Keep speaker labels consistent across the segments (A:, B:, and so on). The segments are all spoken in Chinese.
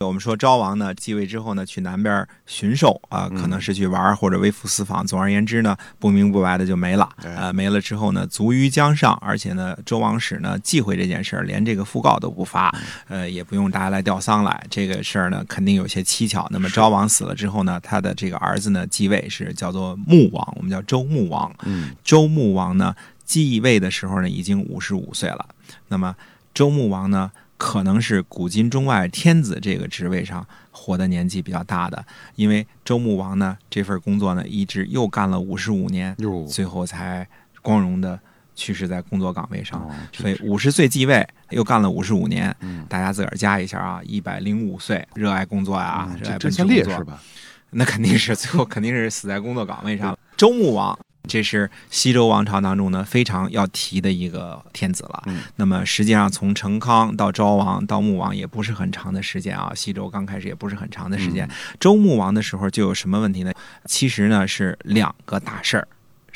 A: 我们说昭王呢继位之后呢，去南边巡狩啊、可能是去玩儿或者微服私访。总而言之呢，不明不白的就没了。呃，没了之后呢，卒于江上，而且呢，周王室呢忌讳这件事儿，连这个讣告都不发，呃，也不用大家来吊丧来。这个事儿呢，肯定有些蹊跷。那么昭王死了之后呢，他的这个儿子呢继位是叫做穆王，我们叫周穆王。
B: 嗯，
A: 周穆王呢继位的时候呢，已经五十五岁了。那么周穆王呢，可能是古今中外天子这个职位上活的年纪比较大的，因为周穆王呢这份工作呢，一直又干了五十五年，
B: 哟
A: 最后才光荣的去世在工作岗位上。所以
B: 以
A: 五十岁继位，又干了五十五年，
B: 嗯，
A: 大家自个儿加一下啊，一百零五岁，热爱工作呀、
B: 啊，
A: 热爱奔
B: 这这
A: 驰
B: 像
A: 工
B: 烈
A: 作
B: 士吧？
A: 那肯定是最后肯定是死在工作岗位上。周穆王，这是西周王朝当中呢非常要提的一个天子了。
B: 嗯
A: 那么实际上从成康到昭王到穆王也不是很长的时间啊，西周刚开始也不是很长的时间。周穆王的时候就有什么问题呢？其实呢是两个大事儿。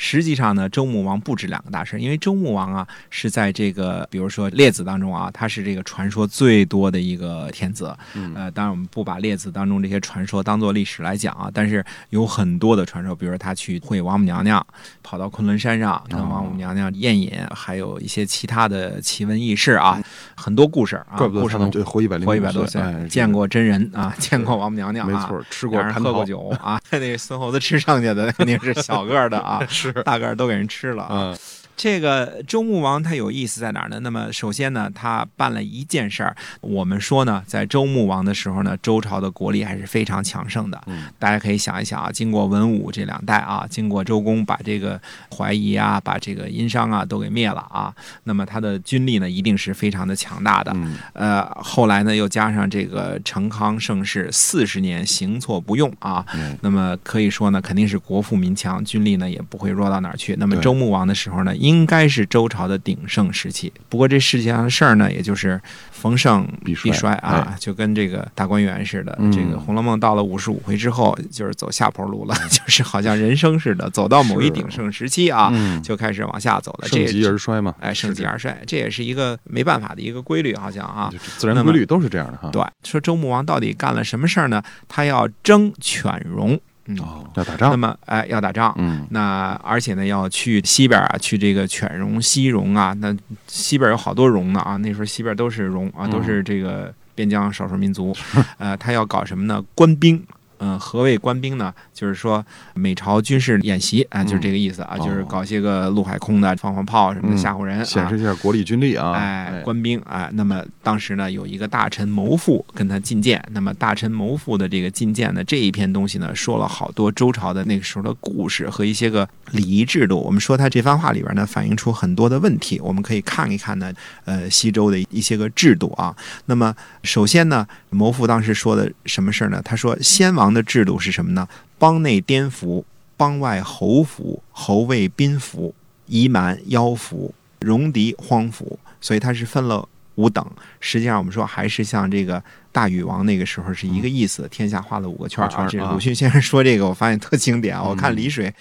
A: 实际上呢，周穆王不止两个大事儿，因为周穆王啊是在这个，比如说列子当中啊，他是这个传说最多的一个天子。呃，当然我们不把列子当中这些传说当做历史来讲啊，但是有很多的传说，比如说他去会王母娘娘，跑到昆仑山上跟王母娘娘宴饮，还有一些其他的奇闻异事啊，很多故事啊，
B: 怪不得
A: 故
B: 他
A: 事
B: 能
A: 能
B: 这活一百零
A: 活一百多
B: 岁，哎
A: 岁，见。过真人啊，见过王母娘
B: 这
A: 娘
B: 个没
A: 啊，
B: 错，吃过
A: 俩人
B: 蟠
A: 喝过
B: 桃，，
A: 酒啊， 那孙猴子吃剩下的肯 定是小个儿的啊
B: 是，
A: 大个儿都给人吃了啊。
B: 嗯
A: 这个周穆王他有意思在哪儿呢？那么首先呢，他办了一件事儿。我们说呢，在周穆王的时候呢，周朝的国力还是非常强盛的。
B: 嗯
A: 大家可以想一想啊，经过文武这两代啊，经过周公把这个怀疑啊，把这个殷商啊都给灭了啊，那么他的军力呢，一定是非常的强大的。
B: 嗯，
A: 呃，后来呢，又加上这个成康盛世四十年行错不用啊，
B: 嗯
A: 那么可以说呢，肯定是国富民强，军力呢也不会弱到哪儿去。那么
B: 对
A: 周穆王的时候呢，应该是周朝的鼎盛时期。不过这世界上的事儿呢，也就是逢盛
B: 必衰
A: 必衰啊，就跟这个大观园似的。
B: 哎嗯
A: 这个《红楼梦》到了五十五回之后，就是走下坡路了，
B: 嗯
A: 就是好像人生似的，走到某一
B: 是
A: 鼎盛时期啊，
B: 嗯
A: 就开始往下走了。这
B: 盛
A: 也
B: 极
A: 是
B: 而衰嘛，
A: 哎，盛极
B: 是
A: 而衰，这也是一个没办法的一个规律，好像啊。
B: 这自然规律都是这样的哈。
A: 对，说周穆王到底干了什么事儿呢？他要争犬戎，嗯，
B: 哦，要打
A: 那
B: 仗，
A: 么哎、要打仗。
B: 嗯，
A: 那而且呢，要去西边啊，去这个犬戎、西戎啊。那西边有好多戎呢啊，那时候西边都是戎啊，
B: 嗯
A: 都是这个边疆少数民 族。呃，他要搞什么呢？官兵。嗯，何谓官兵呢？就是说每朝军事演习啊，就是这个意思啊，
B: 嗯
A: 就是
B: 哦
A: 搞些个陆海空的，放放炮什么
B: 嗯
A: 的吓唬人啊。
B: 显示一下国力军力啊。
A: 哎，官兵啊、哎那么当时呢，有一个大臣谋父跟他进谏，那么大臣谋父的这个进谏呢，这一篇东西呢，说了好多周朝的那个时候的故事和一些个礼仪制度。我们说他这番话里边呢，反映出很多的问题。我们可以看一看呢，呃，西周的一些个制度啊。那么首先呢，谋父当时说的什么事儿呢？他说，先王的制度是什么呢？邦内颠服，邦外侯服，侯卫宾服，夷蛮妖服，戎狄荒服。所以它是分了五等。实际上，我们说还是像这个大禹王那个时候是一个意思，天下画了五个圈儿
B: 嗯五
A: 啊
B: 个圈儿。
A: 这
B: 啊
A: 鲁迅先生说这个，我发现特经典啊。
B: 嗯
A: 我看《丽水》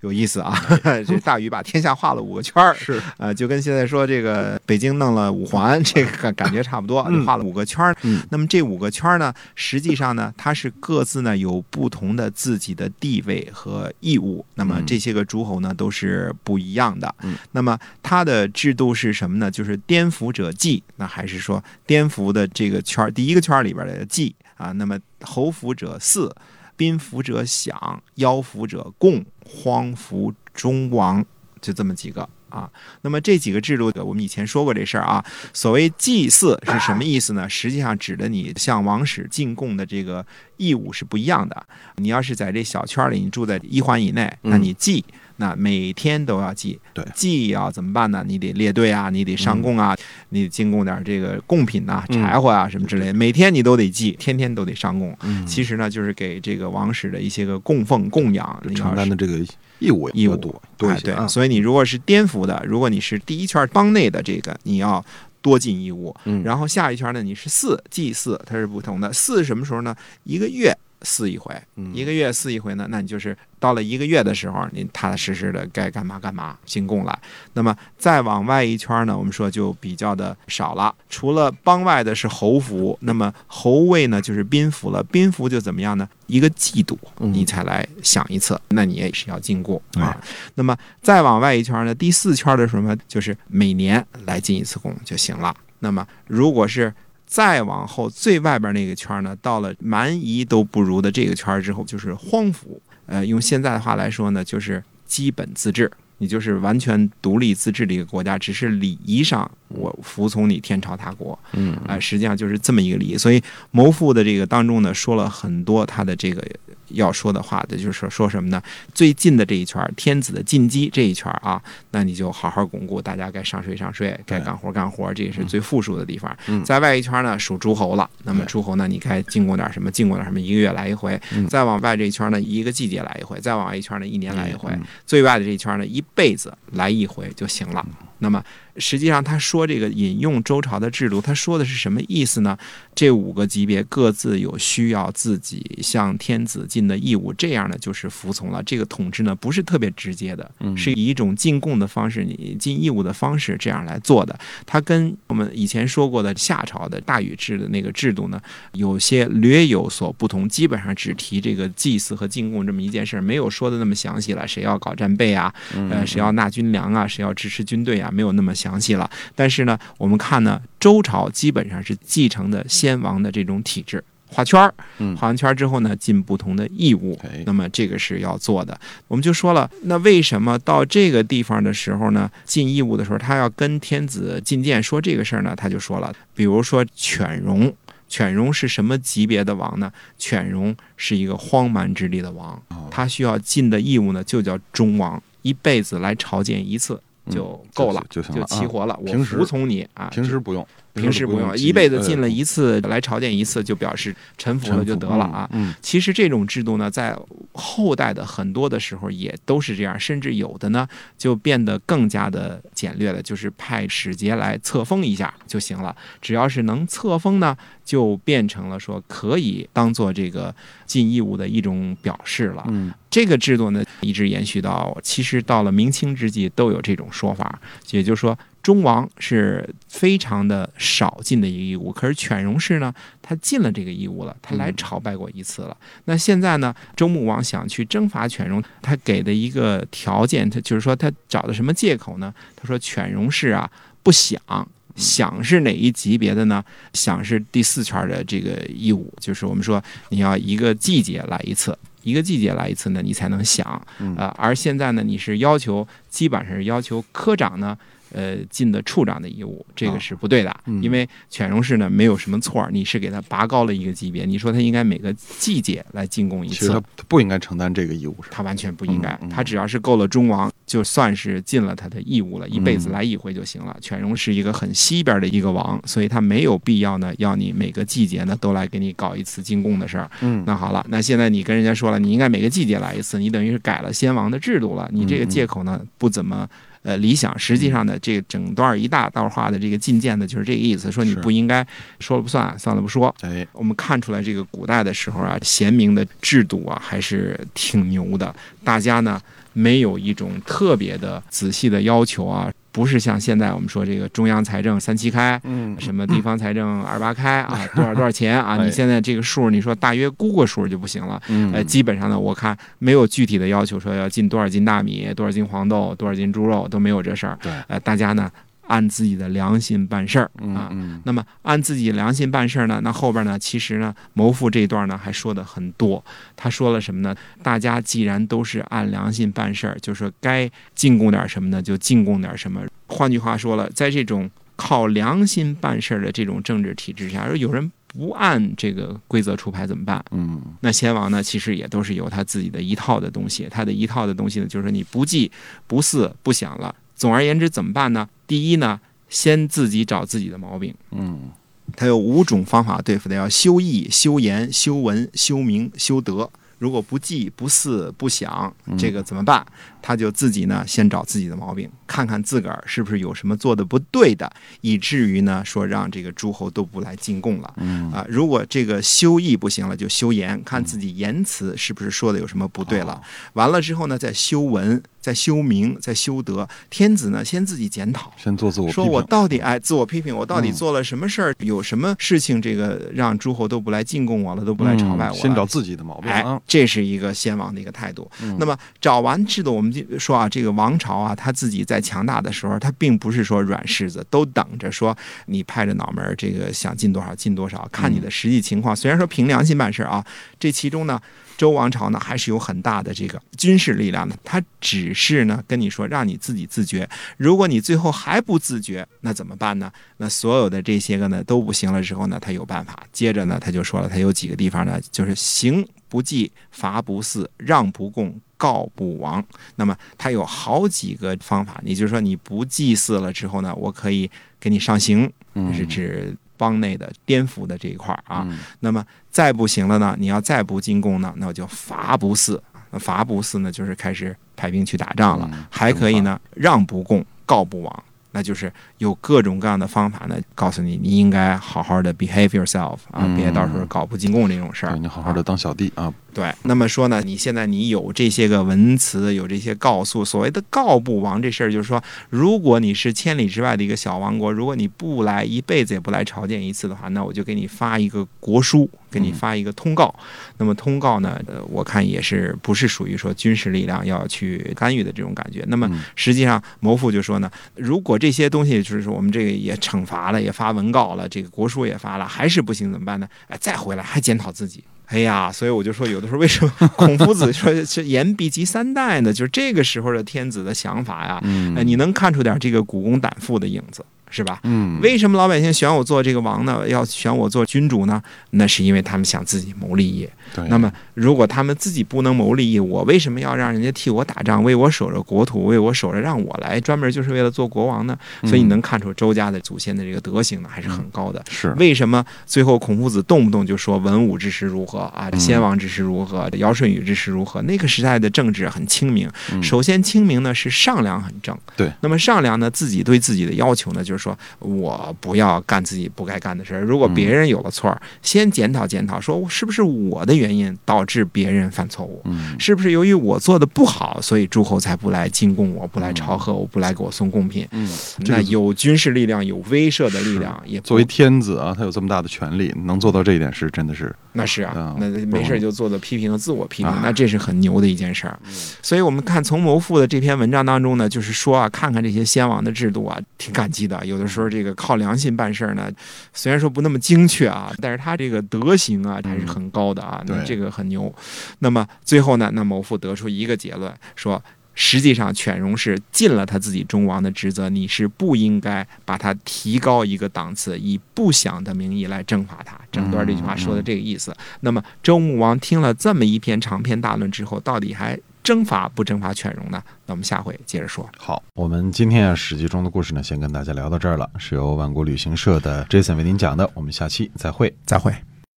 A: 有意思啊， 这大禹把天下画了五个圈儿，
B: 是
A: 呃，就跟现在说这个北京弄了五环，这个感觉差不多，
B: 嗯
A: 就画了五个圈儿。
B: 嗯
A: 那么这五个圈儿呢，实际上呢，它是各自呢有不同的自己的地位和义务。那么
B: 嗯
A: 这些个诸侯呢都是不一样的。
B: 嗯
A: 那么它的制度是什么呢？就是颠覆者祭，那还是说颠覆的这个圈儿，第一个圈儿里边的祭啊。那么侯服者祀，宾服者享，妖服者共，荒服中王，就这么几个啊。那么这几个制度，我们以前说过这事儿啊。所谓祭祀是什么意思呢？实际上指的你向王室进贡的这个义务是不一样的。你要是在这小圈儿里，你住在一环以内，那你祭。那每天都要祭。
B: 嗯对
A: 祭要怎么办呢？你得列队啊，你得上供啊，你得进贡点这个贡品呐、
B: 嗯
A: 柴火啊什么之类的，每天你都得祭，天天都得上供。
B: 嗯，
A: 其实呢，就是给这个王室的一些个供奉供养，你要
B: 承
A: 是
B: 担的这个义务
A: 义
B: 也
A: 务
B: 多多多一
A: 哎
B: 些
A: 对，
B: 啊。
A: 所以你如果是颠覆的，如果你是第一圈帮内的这个，你要多进一物。
B: 嗯
A: 然后下一圈呢，你是四祭祀，它是不同的。四什么时候呢？一个月四一回，
B: 嗯
A: 一个月四一回呢，那你就是到了一个月的时候，你踏踏实实的该干嘛干嘛进贡了。那么再往外一圈呢，我们说就比较的少了。除了帮外的是侯服，那么侯位呢就是宾服了。宾服就怎么样呢？一个季度
B: 嗯
A: 你才来享一次，那你也是要进贡啊
B: 哎。
A: 那么再往外一圈呢，第四圈的什么就是每年来进一次贡就行了。那么如果是再往后最外边那个圈儿呢，到了蛮夷都不如的这个圈儿之后，就是荒服。呃，用现在的话来说呢，就是基本自治，你就是完全独立自治的一个国家，只是礼仪上我服从你天朝大国。
B: 嗯
A: 啊、实际上就是这么一个礼。所以谋父的这个当中呢，说了很多他的这个要说的话，这就是说说什么呢？最近的这一圈儿，天子的进击这一圈儿啊，那你就好好巩固，大家该上税上税，该干活干活，这也是最富庶的地方。
B: 嗯
A: 在外一圈儿呢，属诸侯了，那么
B: 对
A: 诸侯呢，你该进贡点什么，进贡点什么，一个月来一回；
B: 嗯
A: 再往外这一圈儿呢，一个季节来一回；再往外一圈儿呢，一年来一回。
B: 嗯
A: 最外的这一圈呢，一辈子来一回就行了。
B: 嗯
A: 那么实际上他说这个引用周朝的制度，他说的是什么意思呢？这五个级别各自有需要自己向天子尽的义务，这样呢就是服从了。这个统治呢不是特别直接的，是以一种进贡的方式，你尽义务的方式这样来做的。它跟我们以前说过的夏朝的大禹制的那个制度呢，有些略有所不同，基本上只提这个祭祀和进贡这么一件事，儿，没有说的那么详细了。谁要搞战备啊？呃，谁要纳军粮啊？谁要支持军队啊？没有那么详细了。但是呢，我们看呢，周朝基本上是继承的先王的这种体制。画圈儿
B: 嗯，
A: 画完圈儿之后呢，尽不同的义务。
B: 哎
A: 那么这个是要做的。我们就说了，那为什么到这个地方的时候呢，尽义务的时候，他要跟天子进谏说这个事儿呢？他就说了，比如说犬戎，犬戎是什么级别的王呢？犬戎是一个荒蛮之地的王，
B: 哦
A: 他需要尽的义务呢，就叫忠王，一辈子来朝见一次。
B: 嗯
A: 就够了，
B: 就就行
A: 就
B: 了啊
A: 齐活了。我
B: 平时
A: 服从你啊，
B: 平时不用，
A: 平时
B: 不
A: 不用，
B: 用，呃
A: 一辈子进
B: 进
A: 了一次来朝见一次，就表示臣服了就得了啊。
B: 嗯，
A: 其实这种制度呢，在后代的很多的时候也都是这样，甚至有的呢就变得更加的简略了，就是派使节来册封一下就行了。只要是能册封呢，就变成了说可以当做这个尽义务的一种表示了。
B: 嗯，
A: 这个制度呢，一直延续到其实到了明清之际都有这种说法，也就是说。忠王是非常的少尽的一个义务，可是犬戎氏呢，他尽了这个义务了，他来
B: 嗯
A: 朝拜过一次了。那现在呢，周穆王想去征伐犬戎，他给的一个条件，他就是说他找的什么借口呢？他说犬戎氏啊不想。
B: 嗯
A: 想是哪一级别的呢？想是第四圈的这个义务，就是我们说你要一个季节来一次，一个季节来一次呢，你才能想。
B: 嗯
A: 呃，而现在呢，你是要求基本上是要求科长呢。呃，尽的处长的义务，这
B: 啊
A: 个是不对的，
B: 嗯
A: 因为犬戎氏呢没有什么错儿，你是给他拔高了一个级别，你说他应该每个季节来进贡一
B: 其
A: 次
B: 实，他他不应该承担这个义务，是吧？
A: 他完全不应该
B: 嗯嗯。
A: 他只要是够了忠王，就算是尽了他的义务了，一辈子
B: 嗯
A: 来一回就行了。犬戎是一个很西边的一个王，所以他没有必要呢，要你每个季节呢都来给你搞一次进贡的事儿。
B: 嗯
A: 那好了，那现在你跟人家说了，你应该每个季节来一次，你等于是改了先王的制度了。你这个借口呢不怎么。呃，理想实际上呢，这整段一大道话的这个进谏呢，就是这个意思，说你
B: 是
A: 不应该说了不算，算了不说。
B: 哎，
A: 我们看出来，这个古代的时候啊，贤明的制度啊，还是挺牛的。大家呢，没有一种特别的仔细的要求啊，不是像现在我们说这个中央财政三七开，
B: 嗯
A: 什么地方财政二八开啊，多 少多少钱啊？
B: 哎
A: 你现在这个数，你说大约估个数就不行了。
B: 嗯
A: 呃，基本上呢，我看没有具体的要求说要进多少斤大米、多少斤黄豆、多少斤猪肉都没有这事儿。
B: 对
A: 呃，大家呢按自己的良心办事儿啊。
B: 嗯
A: 那么按自己良心办事儿呢，那后边呢，其实呢，谋父这一段呢还说的很多。他说了什么呢？大家既然都是按良心办事儿，就说该进贡点什么呢，就进贡点什么。换句话说了，在这种靠良心办事儿的这种政治体制下，说有人不按这个规则出牌怎么办？
B: 嗯
A: 那先王呢，其实也都是有他自己的一套的东西，他的一套的东西呢，就是说你不计、不思、不想了。总而言之，怎么办呢？第一呢，先自己找自己的毛病。
B: 嗯
A: 他有五种方法对付的，要修义、修言、修文、修明、修德。如果不计、不思、不想，这个怎么办？他就自己呢，先找自己的毛病，看看自个儿是不是有什么做的不对的，以至于呢，说让这个诸侯都不来进贡了。
B: 嗯
A: 啊，如果这个修义不行了，就修言，看自己言辞是不是说的有什么不对了。完了之后呢，再修文，再修明，再修德。天子呢，先自己检讨。
B: 先做自我批
A: 说我
B: 评。
A: 到底哎，自我批评，我到底
B: 嗯
A: 做了什么事儿？有什么事情这个让诸侯都不来进贡我了，都不来朝拜我了？
B: 嗯先找自己的毛病
A: 哎
B: 啊。，
A: 这是一个先王的一个态度。
B: 嗯
A: 那么找完制度，我们就说啊，这个王朝啊，他自己在强大的时候，他并不是说软柿子，都等着说你拍着脑门儿，这个想进多少进多少，看你
B: 嗯
A: 的实际情况。虽然说凭良心办事啊，这其中呢，周王朝呢还是有很大的这个军事力量的，他只是呢跟你说让你自己自觉。如果你最后还不自觉，那怎么办呢？那所有的这些个呢都不行了之后呢，他有办法。接着呢，他就说了，他有几个地方呢，就是刑不计，罚不祀，让不供，告不亡。那么他有好几个方法，也就是说你不祭祀了之后呢，我可以给你上刑，这是指邦内的颠覆的这一块儿啊。
B: 嗯
A: 那么再不行了呢，你要再不进贡呢，那我就罚不祀。那罚不祀呢，就是开始派兵去打仗了。
B: 嗯
A: 还可以呢，让不供，告不亡。那就是有各种各样的方法呢，告诉你你应该好好的 behave yourself 啊，
B: 嗯
A: 别到时候搞不进贡这种事儿。
B: 对你好好的
A: 啊
B: 当小弟啊，
A: 对。那么说呢，你现在你有这些个文词，有这些告诉，所谓的告不亡这事儿，就是说，如果你是千里之外的一个小王国，如果你不来一辈子也不来朝见一次的话，那我就给你发一个国书，给
B: 嗯
A: 你发一个通告。那么通告呢，呃，我看也是不是属于说军事力量要去干预的这种感觉。那么
B: 嗯
A: 实际上，谋父就说呢，如果这些东西就是说我们这个也惩罚了，也发文告了，这个国书也发了，还是不行怎么办呢？哎，再回来还检讨自己。哎呀，所以我就说，有的时候为什么孔夫子 说是言必及三代呢？就是这个时候的天子的想法呀，
B: 嗯
A: 哎，你能看出点这个古肱胆父的影子，是吧？
B: 嗯
A: 为什么老百姓选我做这个王呢？要选我做君主呢？那是因为他们想自己谋利益。
B: 对
A: 那么，如果他们自己不能谋利益，我为什么要让人家替我打仗，为我守着国土，为我守着，让我来专门就是为了做国王呢？所以你能看出周家的祖先的这个德行呢，还是很高的。
B: 是
A: 为什么最后孔夫子动不动就说文武之时如何啊，先王之时如何，尧舜禹之时如何？那个时代的政治很清明，
B: 嗯
A: 首先清明呢是上梁很正，
B: 对。
A: 那么上梁呢自己对自己的要求呢，就是说我不要干自己不该干的事儿。如果别人有了错儿，先检讨检讨，说我是不是我的原因导致别人犯错误。
B: 嗯
A: 是不是由于我做的不好，所以诸侯才不来进贡我，不来朝贺我，不来给我送贡品？
B: 嗯，这
A: 那
B: 个
A: 有军事力量，有威慑的力量，也不
B: 作为天子啊，他有这么大的权力，能做到这一点是真的是
A: 那是啊
B: 啊，
A: 那
B: 不
A: 没
B: 容
A: 事
B: 易
A: 儿就做做批评和自我批评
B: 啊，
A: 那这是很牛的一件事儿。所以，我们看从谋父的这篇文章当中呢，就是说啊，看看这些先王的制度啊，挺感激的。有的时候这个靠良心办事儿呢，虽然说不那么精确啊，但是他这个德行啊还是很高的啊，那
B: 对
A: 这个很牛。那么最后呢，那谋父得出一个结论，说实际上犬戎是尽了他自己忠王的职责，你是不应该把他提高一个档次，以不祥的名义来征伐他。整段这句话说的嗯这个意思。那么周穆王听了这么一篇长篇大论之后，到底还征伐不征伐犬戎呢？那我们下回接着说。
B: 好，我们今天啊《史记》中的故事呢，先跟大家聊到这儿了，是由万国旅行社的 Jason 为您讲的，我们下期再会。
A: 再会。